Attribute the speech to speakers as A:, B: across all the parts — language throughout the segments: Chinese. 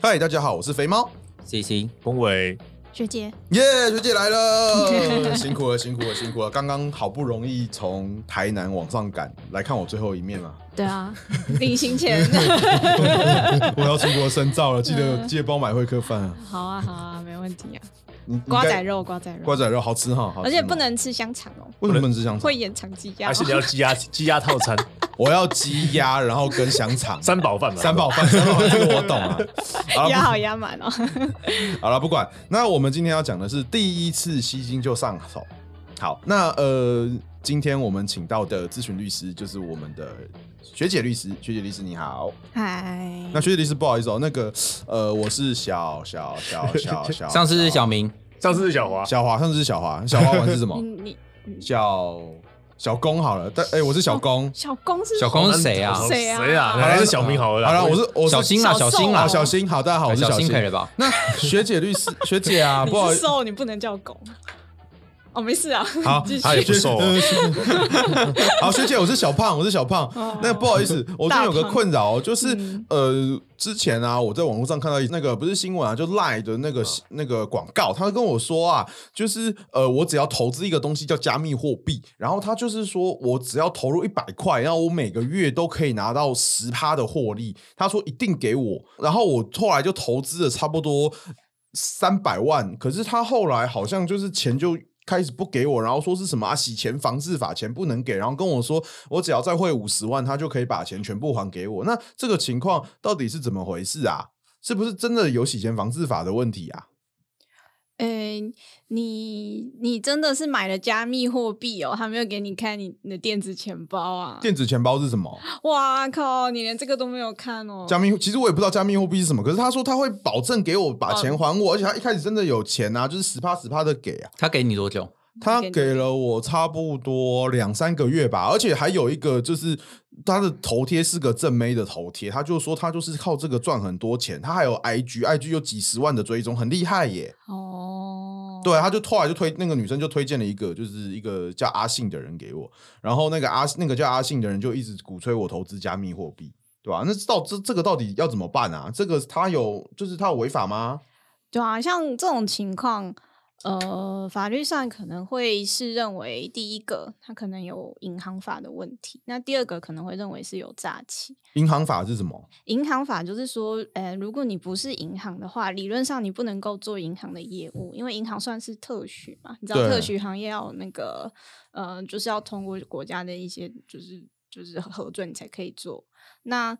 A: 嗨，大家好，我是肥猫，
B: C C，
C: 宏伟，
D: 学姐，
A: 耶、学姐来 了，辛苦了，辛苦了，辛苦了，刚刚好不容易从台南往上赶来看我最后一面了，
D: 对 啊，领行前，
A: 我要出国深 造了，记得
D: 嗯
A: 记得帮我买会客饭啊，
D: 好啊好啊，没问题啊，
A: 你你
D: 瓜
A: 该
D: 仔肉瓜仔
A: 瓜
D: 肉，
A: 仔肉好吃哈，好吃
D: 而且
A: 吗
D: 不能吃香肠哦，
A: 为什么不能吃香肠
D: 会？延长积压
C: 还
D: 哦。
C: 是你
A: 啊
C: 要鸡鸭鸡鸭套餐
A: 我要鸡鸭，然后跟香肠
C: 三宝饭嘛？
A: 三宝饭，三宝饭这个我懂 啊。好
D: 压
A: 了
D: 好压满哦，
A: 不，好了，不管。那我们今天要讲的是第一次吸金就上手。好，那呃，今天我们请到的咨询律师就是我们的学姐律师，学姐律师你好。
D: 嗨
A: 那学姐律师不好意思哦，那个呃，我是小小小小小，
B: 上次是小明，
C: 上次是小华，
A: 小华，上次是小华，小华玩是什么
D: 你？你嗯
A: 小小公好了，但哎、我是小公。
D: 小公是
B: 小公是谁啊？
D: 谁啊
C: 谁啊？还是小明好了啦。
A: 好了，我是我是
B: 小新啦，
D: 小
B: 小
D: 宋
B: 新啦，
A: 啊，小新，好，大家好，我是
B: 小
A: 小
B: 新
A: 新
B: 可以了吧？
A: 那学姐律师，学姐啊，不好
D: 你
A: 意
D: 是
A: 思，
D: 瘦，你不能叫狗。哦，没事啊，
A: 好
D: 继，续
C: 他也不 瘦啊
A: 呃学好，学姐，我是小胖，我是小胖
D: 哦。
A: 那不好意思，我最近有个
D: 大胖
A: 困扰哦，就是
D: 嗯
A: 呃，之前啊，我在网络上看到那个不是新闻啊，就赖的那个那个广告，他跟我说啊，就是呃，我只要投资一个东西叫加密货币，然后他就是说我只要投入一百块，然后我每个月都可以拿到十趴的获利，他说一定给我，然后我后来就投资了差不多三百万，可是他后来好像就是钱就。开始不给我，然后说是什么啊洗钱防治法钱不能给，然后跟我说我只要再汇五十万，他就可以把钱全部还给我。那这个情况到底是怎么回事啊？是不是真的有洗钱防治法的问题啊？
D: 诶，呃你你真的是买了加密货币哦？他没有给你看你你的电子钱包啊？
A: 电子钱包是什么？
D: 哇靠，你连这个都没有看哦？
A: 加密，其实我也不知道加密货币是什么，可是他说他会保证给我把钱还我，而且他一开始真的有钱啊，就是十趴十趴的给啊。
B: 他给你多久？
A: 他给了我差不多两三个月吧，而且还有一个就是他的头贴是个正妹的头贴，他就说他就是靠这个赚很多钱，他还有 IG，IG 有几十万的追踪，很厉害耶。
D: 哦，
A: 对，他就后来就推那个女生就推荐了一个，就是一个叫阿信的人给我，然后那个阿那个叫阿信的人就一直鼓吹我投资加密货币，对吧、那到这这个到底要怎么办啊？这个他有就是他有违法吗？
D: 对啊，像这种情况，呃，法律上可能会是认为第一个，他可能有银行法的问题；那第二个可能会认为是有诈欺。
A: 银行法是什么？
D: 银行法就是说，呃，如果你不是银行的话，理论上你不能够做银行的业务，因为银行算是特许嘛。你知道
A: 对
D: 特许行业要有那个，呃，就是要通过国家的一些就是就是核准你才可以做。那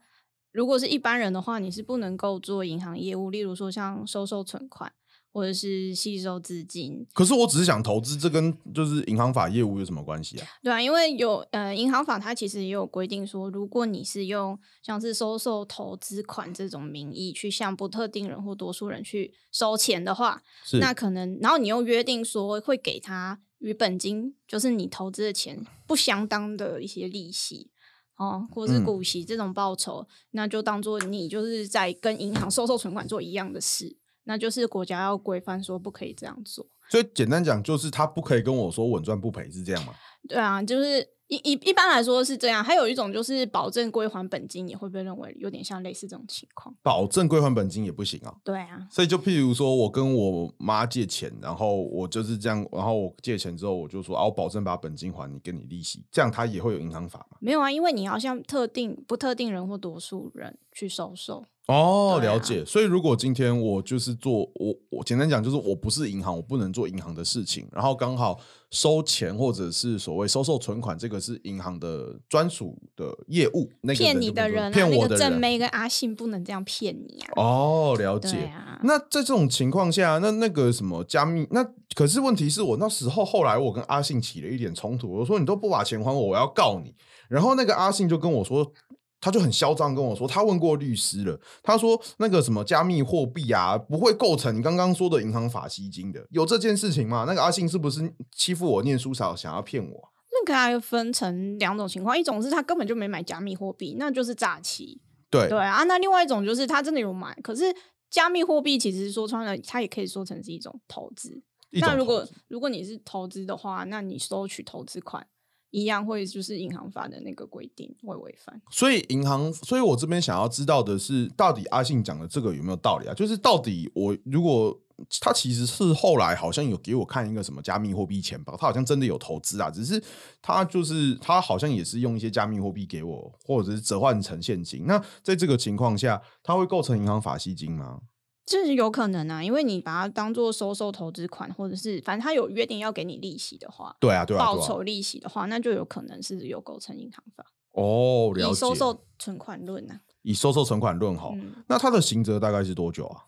D: 如果是一般人的话，你是不能够做银行业务，例如说像收受存款或者是吸收资金，
A: 可是我只是想投资，这跟就是银行法业务有什么关系啊？
D: 对啊，因为有呃，银行法它其实也有规定说，如果你是用像是收受投资款这种名义去向不特定人或多数人去收钱的话，
A: 是
D: 那可能然后你又约定说会给他与本金，就是你投资的钱不相当的一些利息。哦，或是
A: 嗯
D: 股息这种报酬，那就当做你就是在跟银行收受存款做一样的事，那就是国家要规范说不可以这样做。
A: 所以简单讲，就是他不可以跟我说稳赚不赔，是这样吗？
D: 对啊，就是一一一般来说是这样，还有一种就是保证归还本金，也会被认为有点像类似这种情况。
A: 保证归还本金也不行啊。
D: 对啊，
A: 所以就譬如说我跟我妈借钱，然后我就是这样，然后我借钱之后我就说啊，我保证把本金还你，跟你利息，这样他也会有银行法嘛？
D: 没有啊，因为你要向特定不特定人或多数人去收受。
A: 哦
D: 对啊
A: 了解。所以如果今天我就是做我我简单讲就是我不是银行，我不能做银行的事情，然后刚好收钱或者是所谓收受存款，这个是银行的专属的业务，那个
D: 骗你
A: 就不
D: 的
A: 能
D: 人、啊，
A: 骗我
D: 那
A: 的
D: 个
A: 人
D: 正妹跟阿信不能这样骗你啊。
A: 哦，了解。
D: 对啊，
A: 那在这种情况下，那那个什么加密，那可是问题是我那时候后来我跟阿信起了一点冲突，我说你都不把钱还我，我要告你。然后那个阿信就跟我说，他就很嚣张跟我说，他问过律师了，他说那个什么加密货币啊，不会构成你刚刚说的银行法吸金的，有这件事情吗？那个阿信是不是欺负我念书少，想要骗我？
D: 那个还分成两种情况，一种是他根本就没买加密货币，那就是诈欺。
A: 对，
D: 对啊，那另外一种就是他真的有买，可是加密货币其实说穿了，它也可以说成是一种投资。
A: 一种
D: 那如
A: 投
D: 果
A: 资
D: 如果你是投资的话，那你收取投资款，一样会就是银行法的那个规定会违反。
A: 所以银行，所以我这边想要知道的是，到底阿信讲的这个有没有道理啊？就是到底我如果他其实是后来好像有给我看一个什么加密货币钱包，他好像真的有投资啊，只是他就是他好像也是用一些加密货币给我，或者是折换成现金。那在这个情况下，它会构成银行法吸金吗？
D: 这是有可能啊，因为你把它当做收受投资款，或者是反正他有约定要给你利息的话，
A: 对啊，对啊，
D: 报
A: 对啊。
D: 酬利息的话，那就有可能是有构成银行法。
A: 哦，了
D: 以收
A: 解。哦
D: 受存款论啊，
A: 以收受存款论好，
D: 嗯，
A: 那它的刑责大概是多久啊？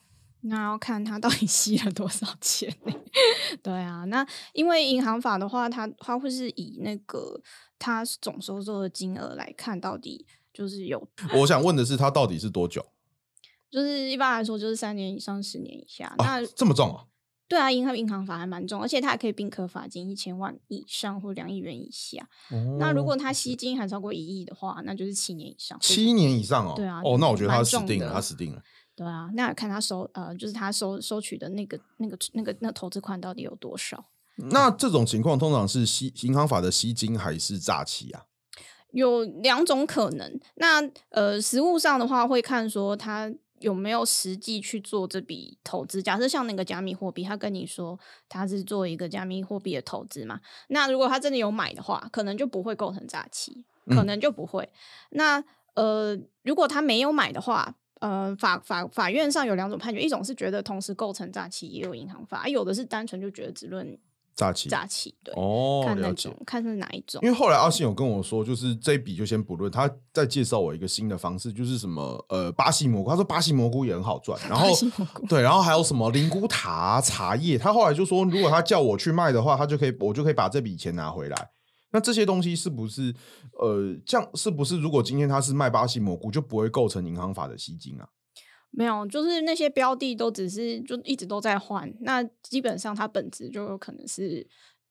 D: 那要看他到底 吸了多少钱、 对啊，那因为银行法的话，它它会是以那个它总收受的金额来看，到底就是有，
A: 我想问的是，它到底是多久？
D: 就是一般来说就是三年以上十年以下。
A: 啊
D: 那，
A: 这么重啊？
D: 对啊，银行银行法还蛮重，而且它还可以并科罚金一千万以上或两亿元以下。那
A: 哦
D: 如果他吸金还超过一亿的话，那就是七年以上。
A: 七年以上哦，
D: 对啊
A: 哦，那我觉得他
D: 蛮
A: 死
D: 重
A: 定了，
D: 的
A: 他死定了。
D: 对啊，那看他收呃，就是他收收取的那个那个那个那投资款到底有多少？
A: 那这种情况通常是吸银行法的吸金还是诈欺啊？
D: 有两种可能。那呃，实物上的话会看说他有没有实际去做这笔投资。假设像那个加密货币，他跟你说他是做一个加密货币的投资嘛，那如果他真的有买的话，可能就不会构成诈欺，可
A: 嗯
D: 能就不会。那呃，如果他没有买的话。呃，法法法院上有两种判决，一种是觉得同时构成诈欺，也有银行法；啊有的是单纯就觉得只论
A: 诈欺
D: 诈欺，对，
A: 哦，
D: 看那
A: 了
D: 种
A: 解。
D: 看是哪一种
A: 因。为后来阿信有跟我说，就是这一笔就先不论，他在介绍我一个新的方式，就是什么呃巴西蘑菇，他说巴西蘑菇也很好赚，然后
D: 巴西蘑菇
A: 对，然后还有什么灵菇塔、啊茶叶，他后来就说，如果他叫我去卖的话，他就可以，我就可以把这笔钱拿回来。那这些东西是不是呃，这样是不是如果今天他是卖巴西蘑菇，就不会构成银行法的吸金啊？
D: 没有，就是那些标的都只是就一直都在换，那基本上它本质就有可能是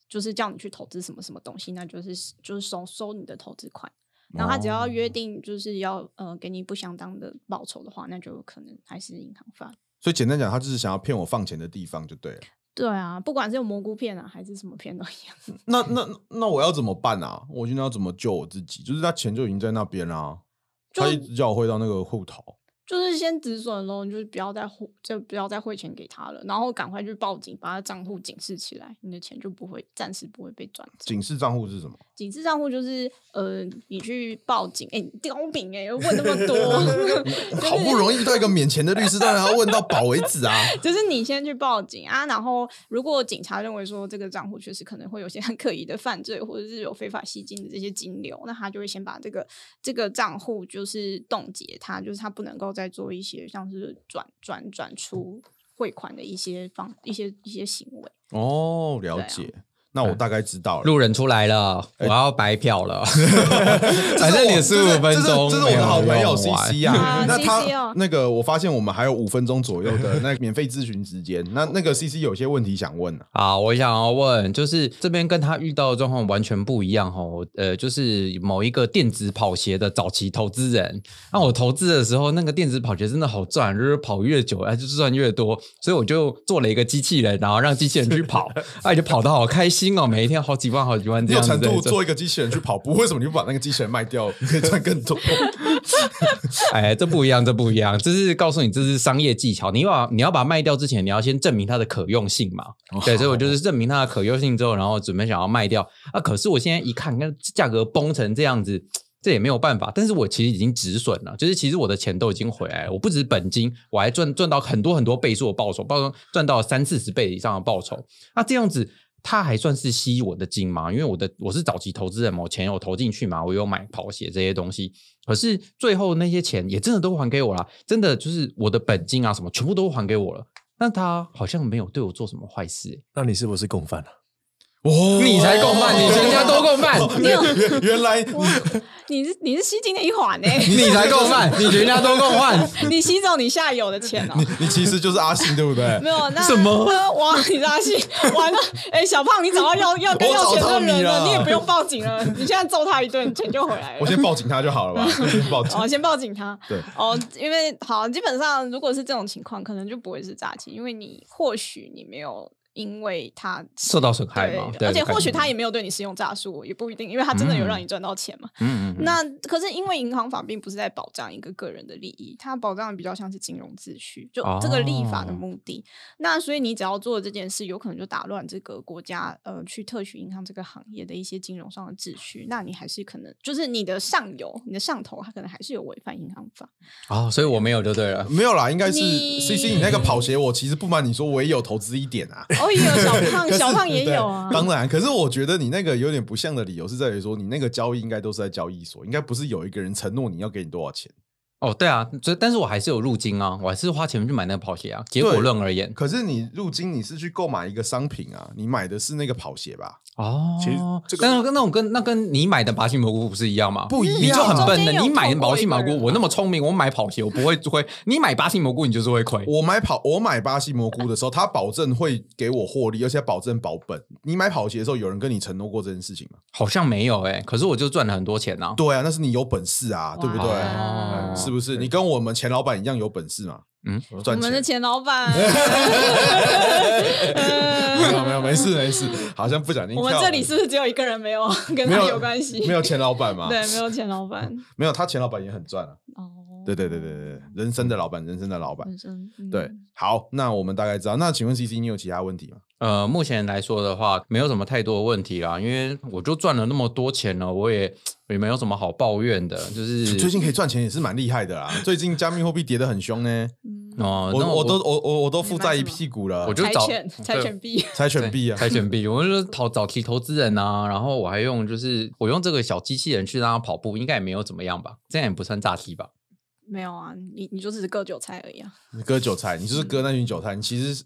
D: 就是叫你去投资什么什么东西，那就是就是收收你的投资款，然后他只要
A: 哦
D: 约定就是要呃给你不相当的报酬的话，那就有可能还是银行法。
A: 所以简单讲，他就是想要骗我放钱的地方就对了。
D: 对啊，不管是有蘑菇片啊还是什么片都一样。
A: 那那那我要怎么办啊？我现在要怎么救我自己？就是他钱就已经在那边啦、
D: 就
A: 他一直叫我汇到那个户头。
D: 就是先止损咯，你就是不要再汇，就不要再汇钱给他了，然后赶快去报警，把他账户警示起来，你的钱就不会暂时不会被转走。
A: 警示账户是什么？
D: 警示账户就是呃，你去报警，哎、你刁民哎、又问那么 多，
A: 好不容易遇到一个免钱的律师，当然要问到饱为止 啊。
D: 就是你先去报警啊，然后如果警察认为说这个账户确实可能会有些 很可疑的犯罪，或者是有非法吸金的这些金流，那他就会先把这个这个账户就是冻结它，就是他不能够再做一些像是转转转出汇款的一些方一些一些行为。
A: 哦，了
D: 对啊
A: 解。那我大概知道了。
B: 路人出来了，我要白票 了，反正
A: 这
B: 也
A: 是
B: 十五
A: 我
B: 分钟，
A: 这是这是我的好朋友
B: 没有用完
A: C C 啊
D: 啊。
A: 那
D: CC
A: 他
D: 哦
A: 那个，我发现我们还有五分钟左右的那个免费咨询时间。那那个 C C 有些问题想问啊。
B: 啊，我想要问，就是这边跟他遇到的状况完全不一样哦。呃，就是某一个电子跑鞋的早期投资人，那我投资的时候，那个电子跑鞋真的好赚，就是跑越久，哎，就是赚越多，所以我就做了一个机器人，然后让机器人去 跑，哎，就跑得好开心哦，每一天好几万、好几万
A: 你
B: 这
A: 有
B: 样子
A: 程
B: 在
A: 度
B: 赚。
A: 做一个机器人去跑步， 为什么你不把那个机器人卖掉，可以赚更多？
B: 哎，这不一样，这不一样，这是告诉你这是商业技巧。你要把你要把它卖掉之前，你要先证明它的可用性嘛。对，所以我就是证明它的可用性之后，然后准备想要卖掉啊。可是我现在一看，那价格崩成这样子，这也没有办法。但是我其实已经止损了，就是其实我的钱都已经回来了，我不止本金，我还赚赚到很多很多倍数的报酬，报酬赚到三四十倍以上的报酬。那这样子。它还算是吸我的金吗？因为我的我是早期投资人嘛，我钱有投进去嘛，我有买跑鞋这些东西，可是最后那些钱也真的都还给我了，真的就是我的本金啊什么全部都还给我了。但他好像没有对我做什么坏事、欸
C: 那你是不是共犯啊？
A: 哦
B: 你才共犯，你全家都共犯，
D: 你有
A: 原原来
D: 哇，你是你是吸金的一环呢、
B: 你才共犯，你全家都共犯。
D: 你吸走你下游的钱哦、
A: 你你其实就是阿信，对不对？
D: 没有，那
B: 什么
D: 那哇，你 拉西完了！哎、小胖，你找到要要该
A: 我
D: 要
A: 找
D: 钱
A: 到
D: 的
A: 你
D: 人
A: 了
D: 了，你也不用报警了，你现在揍他一顿，钱就回来了。
A: 我先报警他就好了吧？我先报警。
D: 哦，先报警他。
A: 对
D: 哦，因为好，基本上如果是这种情况，可能就不会是诈欺，因为你或许你没有因为他
B: 受到损害嘛。对
D: 而且或许他也
B: 嗯
D: 没有对你使用诈术，也不一定，因为他真的有让你赚到钱嘛。
B: 嗯嗯
D: 那可是因为银行法并不是在保障一个个人的利益，它保障的比较像是金融秩序，就这个立法的
B: 哦
D: 目的。那所以你只要做这件事，有可能就打乱这个国家呃去特许银行这个行业的一些金融上的秩序，那你还是可能就是你的上游、你的上头，他可能还是有违反银行 法。
B: 哦，所以我没有就对了。
A: 没有啦，应该是
D: 你
A: C C 你那个跑鞋，我其实不瞒你说，我也有投资一点啊。
D: 哦，也有小
A: 可
D: 胖，
A: 是
D: 小胖也有啊
A: 对。当然，可是我觉得你那个有点不像的理由是在于说，你那个交易应该都是在交易所，应该不是有一个人承诺你要给你多少钱。
B: 哦，对啊，所以但是我还是有入金啊，我还是花钱去买那个跑鞋啊。结果
A: 对
B: 论而言，
A: 可是你入金，你是去购买一个商品啊，你买的是那个跑鞋吧？
B: 哦，
C: 其实这个
B: 但是跟那种跟那跟你买的拔心蘑菇不是一样吗？
A: 不一样啊
B: 你就很笨的，
D: 中间有
B: 你买
D: 透过
B: 拔心
D: 一个
B: 蘑菇，
D: 人
B: 我那么聪明，我买跑鞋我不会亏，你买拔心蘑菇你就是会亏。
A: 我买跑，我买巴西蘑菇的时候，他保证会给我获利，而且保证保本。你买跑鞋的时候，有人跟你承诺过这件事情吗？
B: 好像没有哎、可是我就赚了很多钱呐、
A: 对啊，那是你有本事啊，对不对？
B: 哦
A: 是不是？你跟我们前老板一样有本事嘛？
B: 嗯，
D: 我
A: 赚
D: 们的
A: 钱。
D: 钱 老板，呃
A: 没有没有，没事没事，好像不小心跳
D: 我
A: 了。
D: 们这里是不是只有一个人 没有跟
A: 没
D: 他
A: 有
D: 有关系？
A: 没有钱老板嘛？
D: 对，没有钱老板。
A: 没有他前老板也很赚啊。
D: 哦，嗯
A: 对对对对对，人生的老板，人生的老板。
D: 本身
A: 对，好，那我们大概知道。那请问 C C，你有其他问题吗？
B: 呃，目前来说的话，没有什么太多的问题啦，因为我就赚了那么多钱了，我也也没有什么好抱怨的，就是
A: 最近可以赚钱也是蛮厉害的啦。最近加密货币跌得很凶呢，
D: 嗯，
B: 哦，那
A: 我我都我我我都负债一屁股了。
B: 我就
D: 柴
B: 找
D: 犬柴 犬币，
A: 柴犬币啊，
B: 才选 B，我就是投早期投资人啊，然后我还用就是我用这个小机器人去让它跑步，应该也没有怎么样吧？这样也不算诈欺吧？
D: 没有啊，你你就只是割韭菜而已啊。
A: 你割韭菜，你就是割那群韭菜，你其实是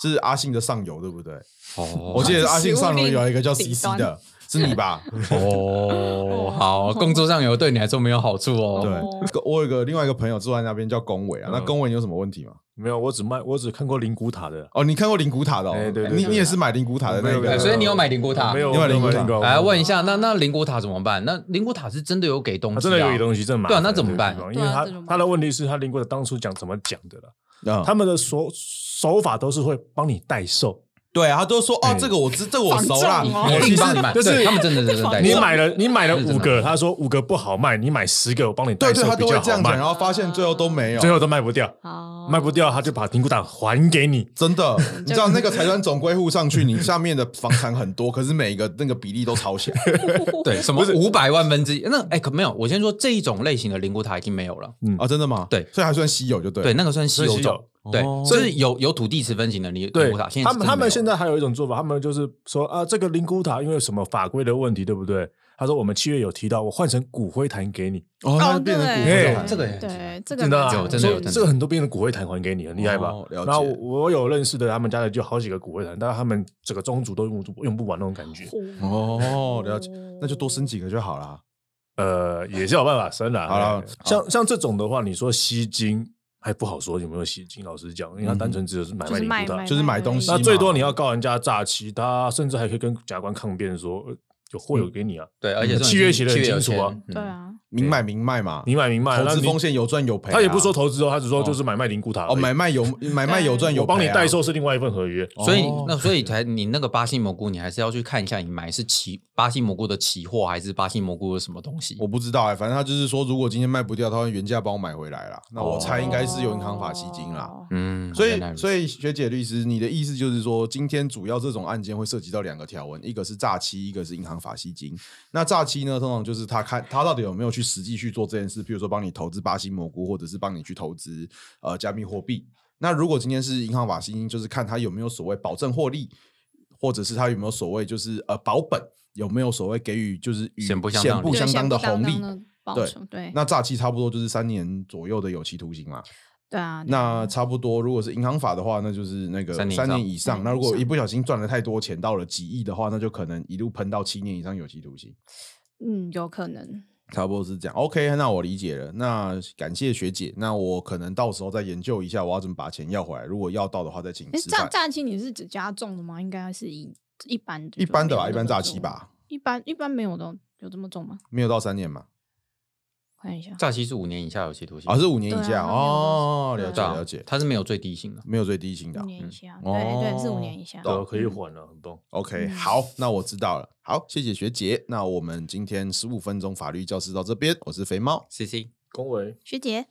A: 是阿信的上游，对不对？
B: 哦
A: 我记得阿信上游有一个叫
D: 顶
A: CC
D: 端
A: 的，是你 吧？
B: 哦，好，工作上有对你来说没有好处哦。
A: 对
D: 哦，
A: 我有一个另外一个朋友住在那边叫龚伟啊，那
C: 嗯
A: 龚伟你有什么问题吗？
C: 没有，我只卖，我只看过灵骨塔的，
A: 哦，你看过灵骨塔的哦，
C: 哎对对
A: 你
C: 对
A: 你也是买灵骨塔的那
C: 没有没
B: 哎
A: 个，
C: 有
B: 所以你有买灵骨塔？
C: 没有，
A: 另外
C: 没有
A: 灵骨塔
C: 买灵
B: 来问一下，那那灵骨塔怎么办？那灵骨塔是真的有给东西、
C: 他
B: 啊，
C: 真的有一东西，真的麻
B: 对啊
C: 烦
B: 那怎么办
C: 这个地
D: 对
C: 方因
D: 啊
C: 为
D: 这种麻
C: 他
D: 烦
C: 他的问题是，他灵骨塔当初讲怎么讲的了，
A: 嗯
C: 他们的手手法都是会帮你代售，
A: 对啊，他都说哦
C: 哎，
A: 这个我知，这个我
D: 仿
A: 熟
D: 照
A: 啦，
D: 哦
A: 我
B: 我
A: 其
B: 硬
A: 实
B: 帮你买，
C: 就是
B: 对他们真的真的在
C: 你
B: 做
C: 买了你买了
B: 是真
C: 五
B: 的
C: 个，他说五个不好卖，你买十个，我帮你代
A: 对对，
C: 售
A: 他
C: 比
A: 都会
C: 较
A: 这
C: 好
A: 样讲，啊然
C: 卖，
A: 后发现最后都没 有，
C: 最后都卖不掉，
A: 哦
D: 好，
C: 卖不掉他就把灵骨塔还给你。
A: 真 的，你知道那个财团总归户上去，你下面的房产很多，可是每个那个比例都超 小，
B: 对什么五百万分之一？那哎，可没有，我先说这一种类型的灵骨塔已经没有了。
A: 啊，真的吗？
B: 对
A: 所以还算稀有就对。
B: 对，，那个算稀有
C: 稀有哦
B: 种，对，就是有有土地持分型的灵
C: 对
B: 骨塔。现在
C: 他
B: 是真的
C: 们他
B: 没有
C: 们现在还有一种做法，他们就是说啊，这个灵骨塔因为什么法规的问题，对不对？他说我们七月有提到，我换成骨灰坛给你，
A: 哦，那
D: 哦，
A: 变成骨
C: 对
A: 灰
D: 对
A: 了
C: 哎
B: 这个也很
D: 对这个
C: 真的啊
D: 蛮
B: 有真的
C: 所以
B: 有真的
C: 这个很多变成骨灰坛还给你，很厉害吧
A: 哦？了解
C: 然后我我有认识的，他们家里就好几个骨灰坛，但是他们整个宗族都用不用不完那种感觉。
A: 哦，了解，那就多生几个就好啦。
C: 呃，也是有办法生的。
A: 好啦
C: 哎像像这种的话，你说吸金还不好说有没有吸金。老实讲，因为他单纯只是买
D: 就是
C: 灵
D: 卖
C: 骨塔，
A: 就是买东西
C: 那
A: 嘛
C: 最多你要告人家诈欺，他甚至还可以跟甲官抗辩说呃有货有给你啊。
B: 对，而且
C: 嗯
B: 这种
C: 契约写得很
B: 契有
C: 清楚啊
B: 签。嗯
D: 对啊，
A: 明买明卖嘛，
C: 明买明卖，
A: 投资
C: 那你
A: 风险有赚有赔啊。
C: 他也不说投资哦，他只说就是买卖灵骨塔而已
A: 哦，买卖有买卖有赚有
C: 我
A: 赔啊，
C: 帮你代售是另外一份合约。
B: 所以
A: 哦
B: 那所以才你那个巴西蘑菇，你还是要去看一下，你买是期巴西蘑菇的期货还是巴西蘑菇的什么东西
A: 我？不知道哎、反正他就是说，如果今天卖不掉，他会原价帮我买回来啦。那我
B: 哦
A: 猜应该是有银行法吸金啦。
D: 哦
B: 嗯，
A: 所
B: 原来
A: 以，
B: 如此
A: 所以学姐律师，你的意思就是说，今天主要这种案件会涉及到两个条文，一个是诈欺，一个是银行法吸金。那诈欺呢，通常就是他看他到底有没有去实际去做这件事，譬如说帮你投资巴西蘑菇，或者是帮你去投资呃加密货币。那如果今天是银行法吸金，就是看他有没有所谓保证获利，或者是他有没有所谓就是呃保本，有没有所谓给予就是与
B: 显不相当
A: 不
D: 对
A: 相当的
D: 相
A: 红
D: 不
A: 利
D: 当。的报
A: 对
D: 酬，对
A: 那诈欺差不多就是三年左右的有期徒刑嘛。
D: 对啊，对
A: 那差不多，如果是银行法的话，那就是那个
B: 三年以上
A: 三年以上。
D: 嗯
A: 那如
D: 以
A: 果
D: 上
A: 一不小心赚了太多钱，到了几亿的话，那就可能一路喷到七年以上有期徒刑。
D: 嗯有可能，
A: 差不多是这样。OK，那我理解了。那感谢学姐。那我可能到时候再研究一下，我要怎么把钱要回来。如果要到的话，再请你
D: 哎，
A: 吃
D: 诈
A: 饭。
D: 诈欺你是指加重的吗？应该是一一般的就
A: 一般的
D: 没有
A: 吧，一
D: 那
A: 般
D: 么
A: 诈
D: 重
A: 欺吧，
D: 一般一般没有的，有这么重吗？
A: 没有到三年嘛。
D: 看一下，
B: 诈欺是五年以下有期徒刑
A: 啊，是五年以
D: 对
A: 下
D: 啊
A: 哦，
D: 他没
A: 了
D: 有
A: 解
B: 对啊
A: 了解，
B: 它是没有最低刑的。
A: 没有最低刑的
D: 五
A: 啊。
B: 嗯
D: 年以下，
A: 哦
D: 对对，是五年以下。
C: 对啊，可以缓了，很棒。
A: OK，
D: 嗯
A: 好，那我知道了。好，谢谢学姐。那我们今天十五分钟法律教室到这边，我是肥猫。
B: C C，
C: 恭维。
D: 学姐，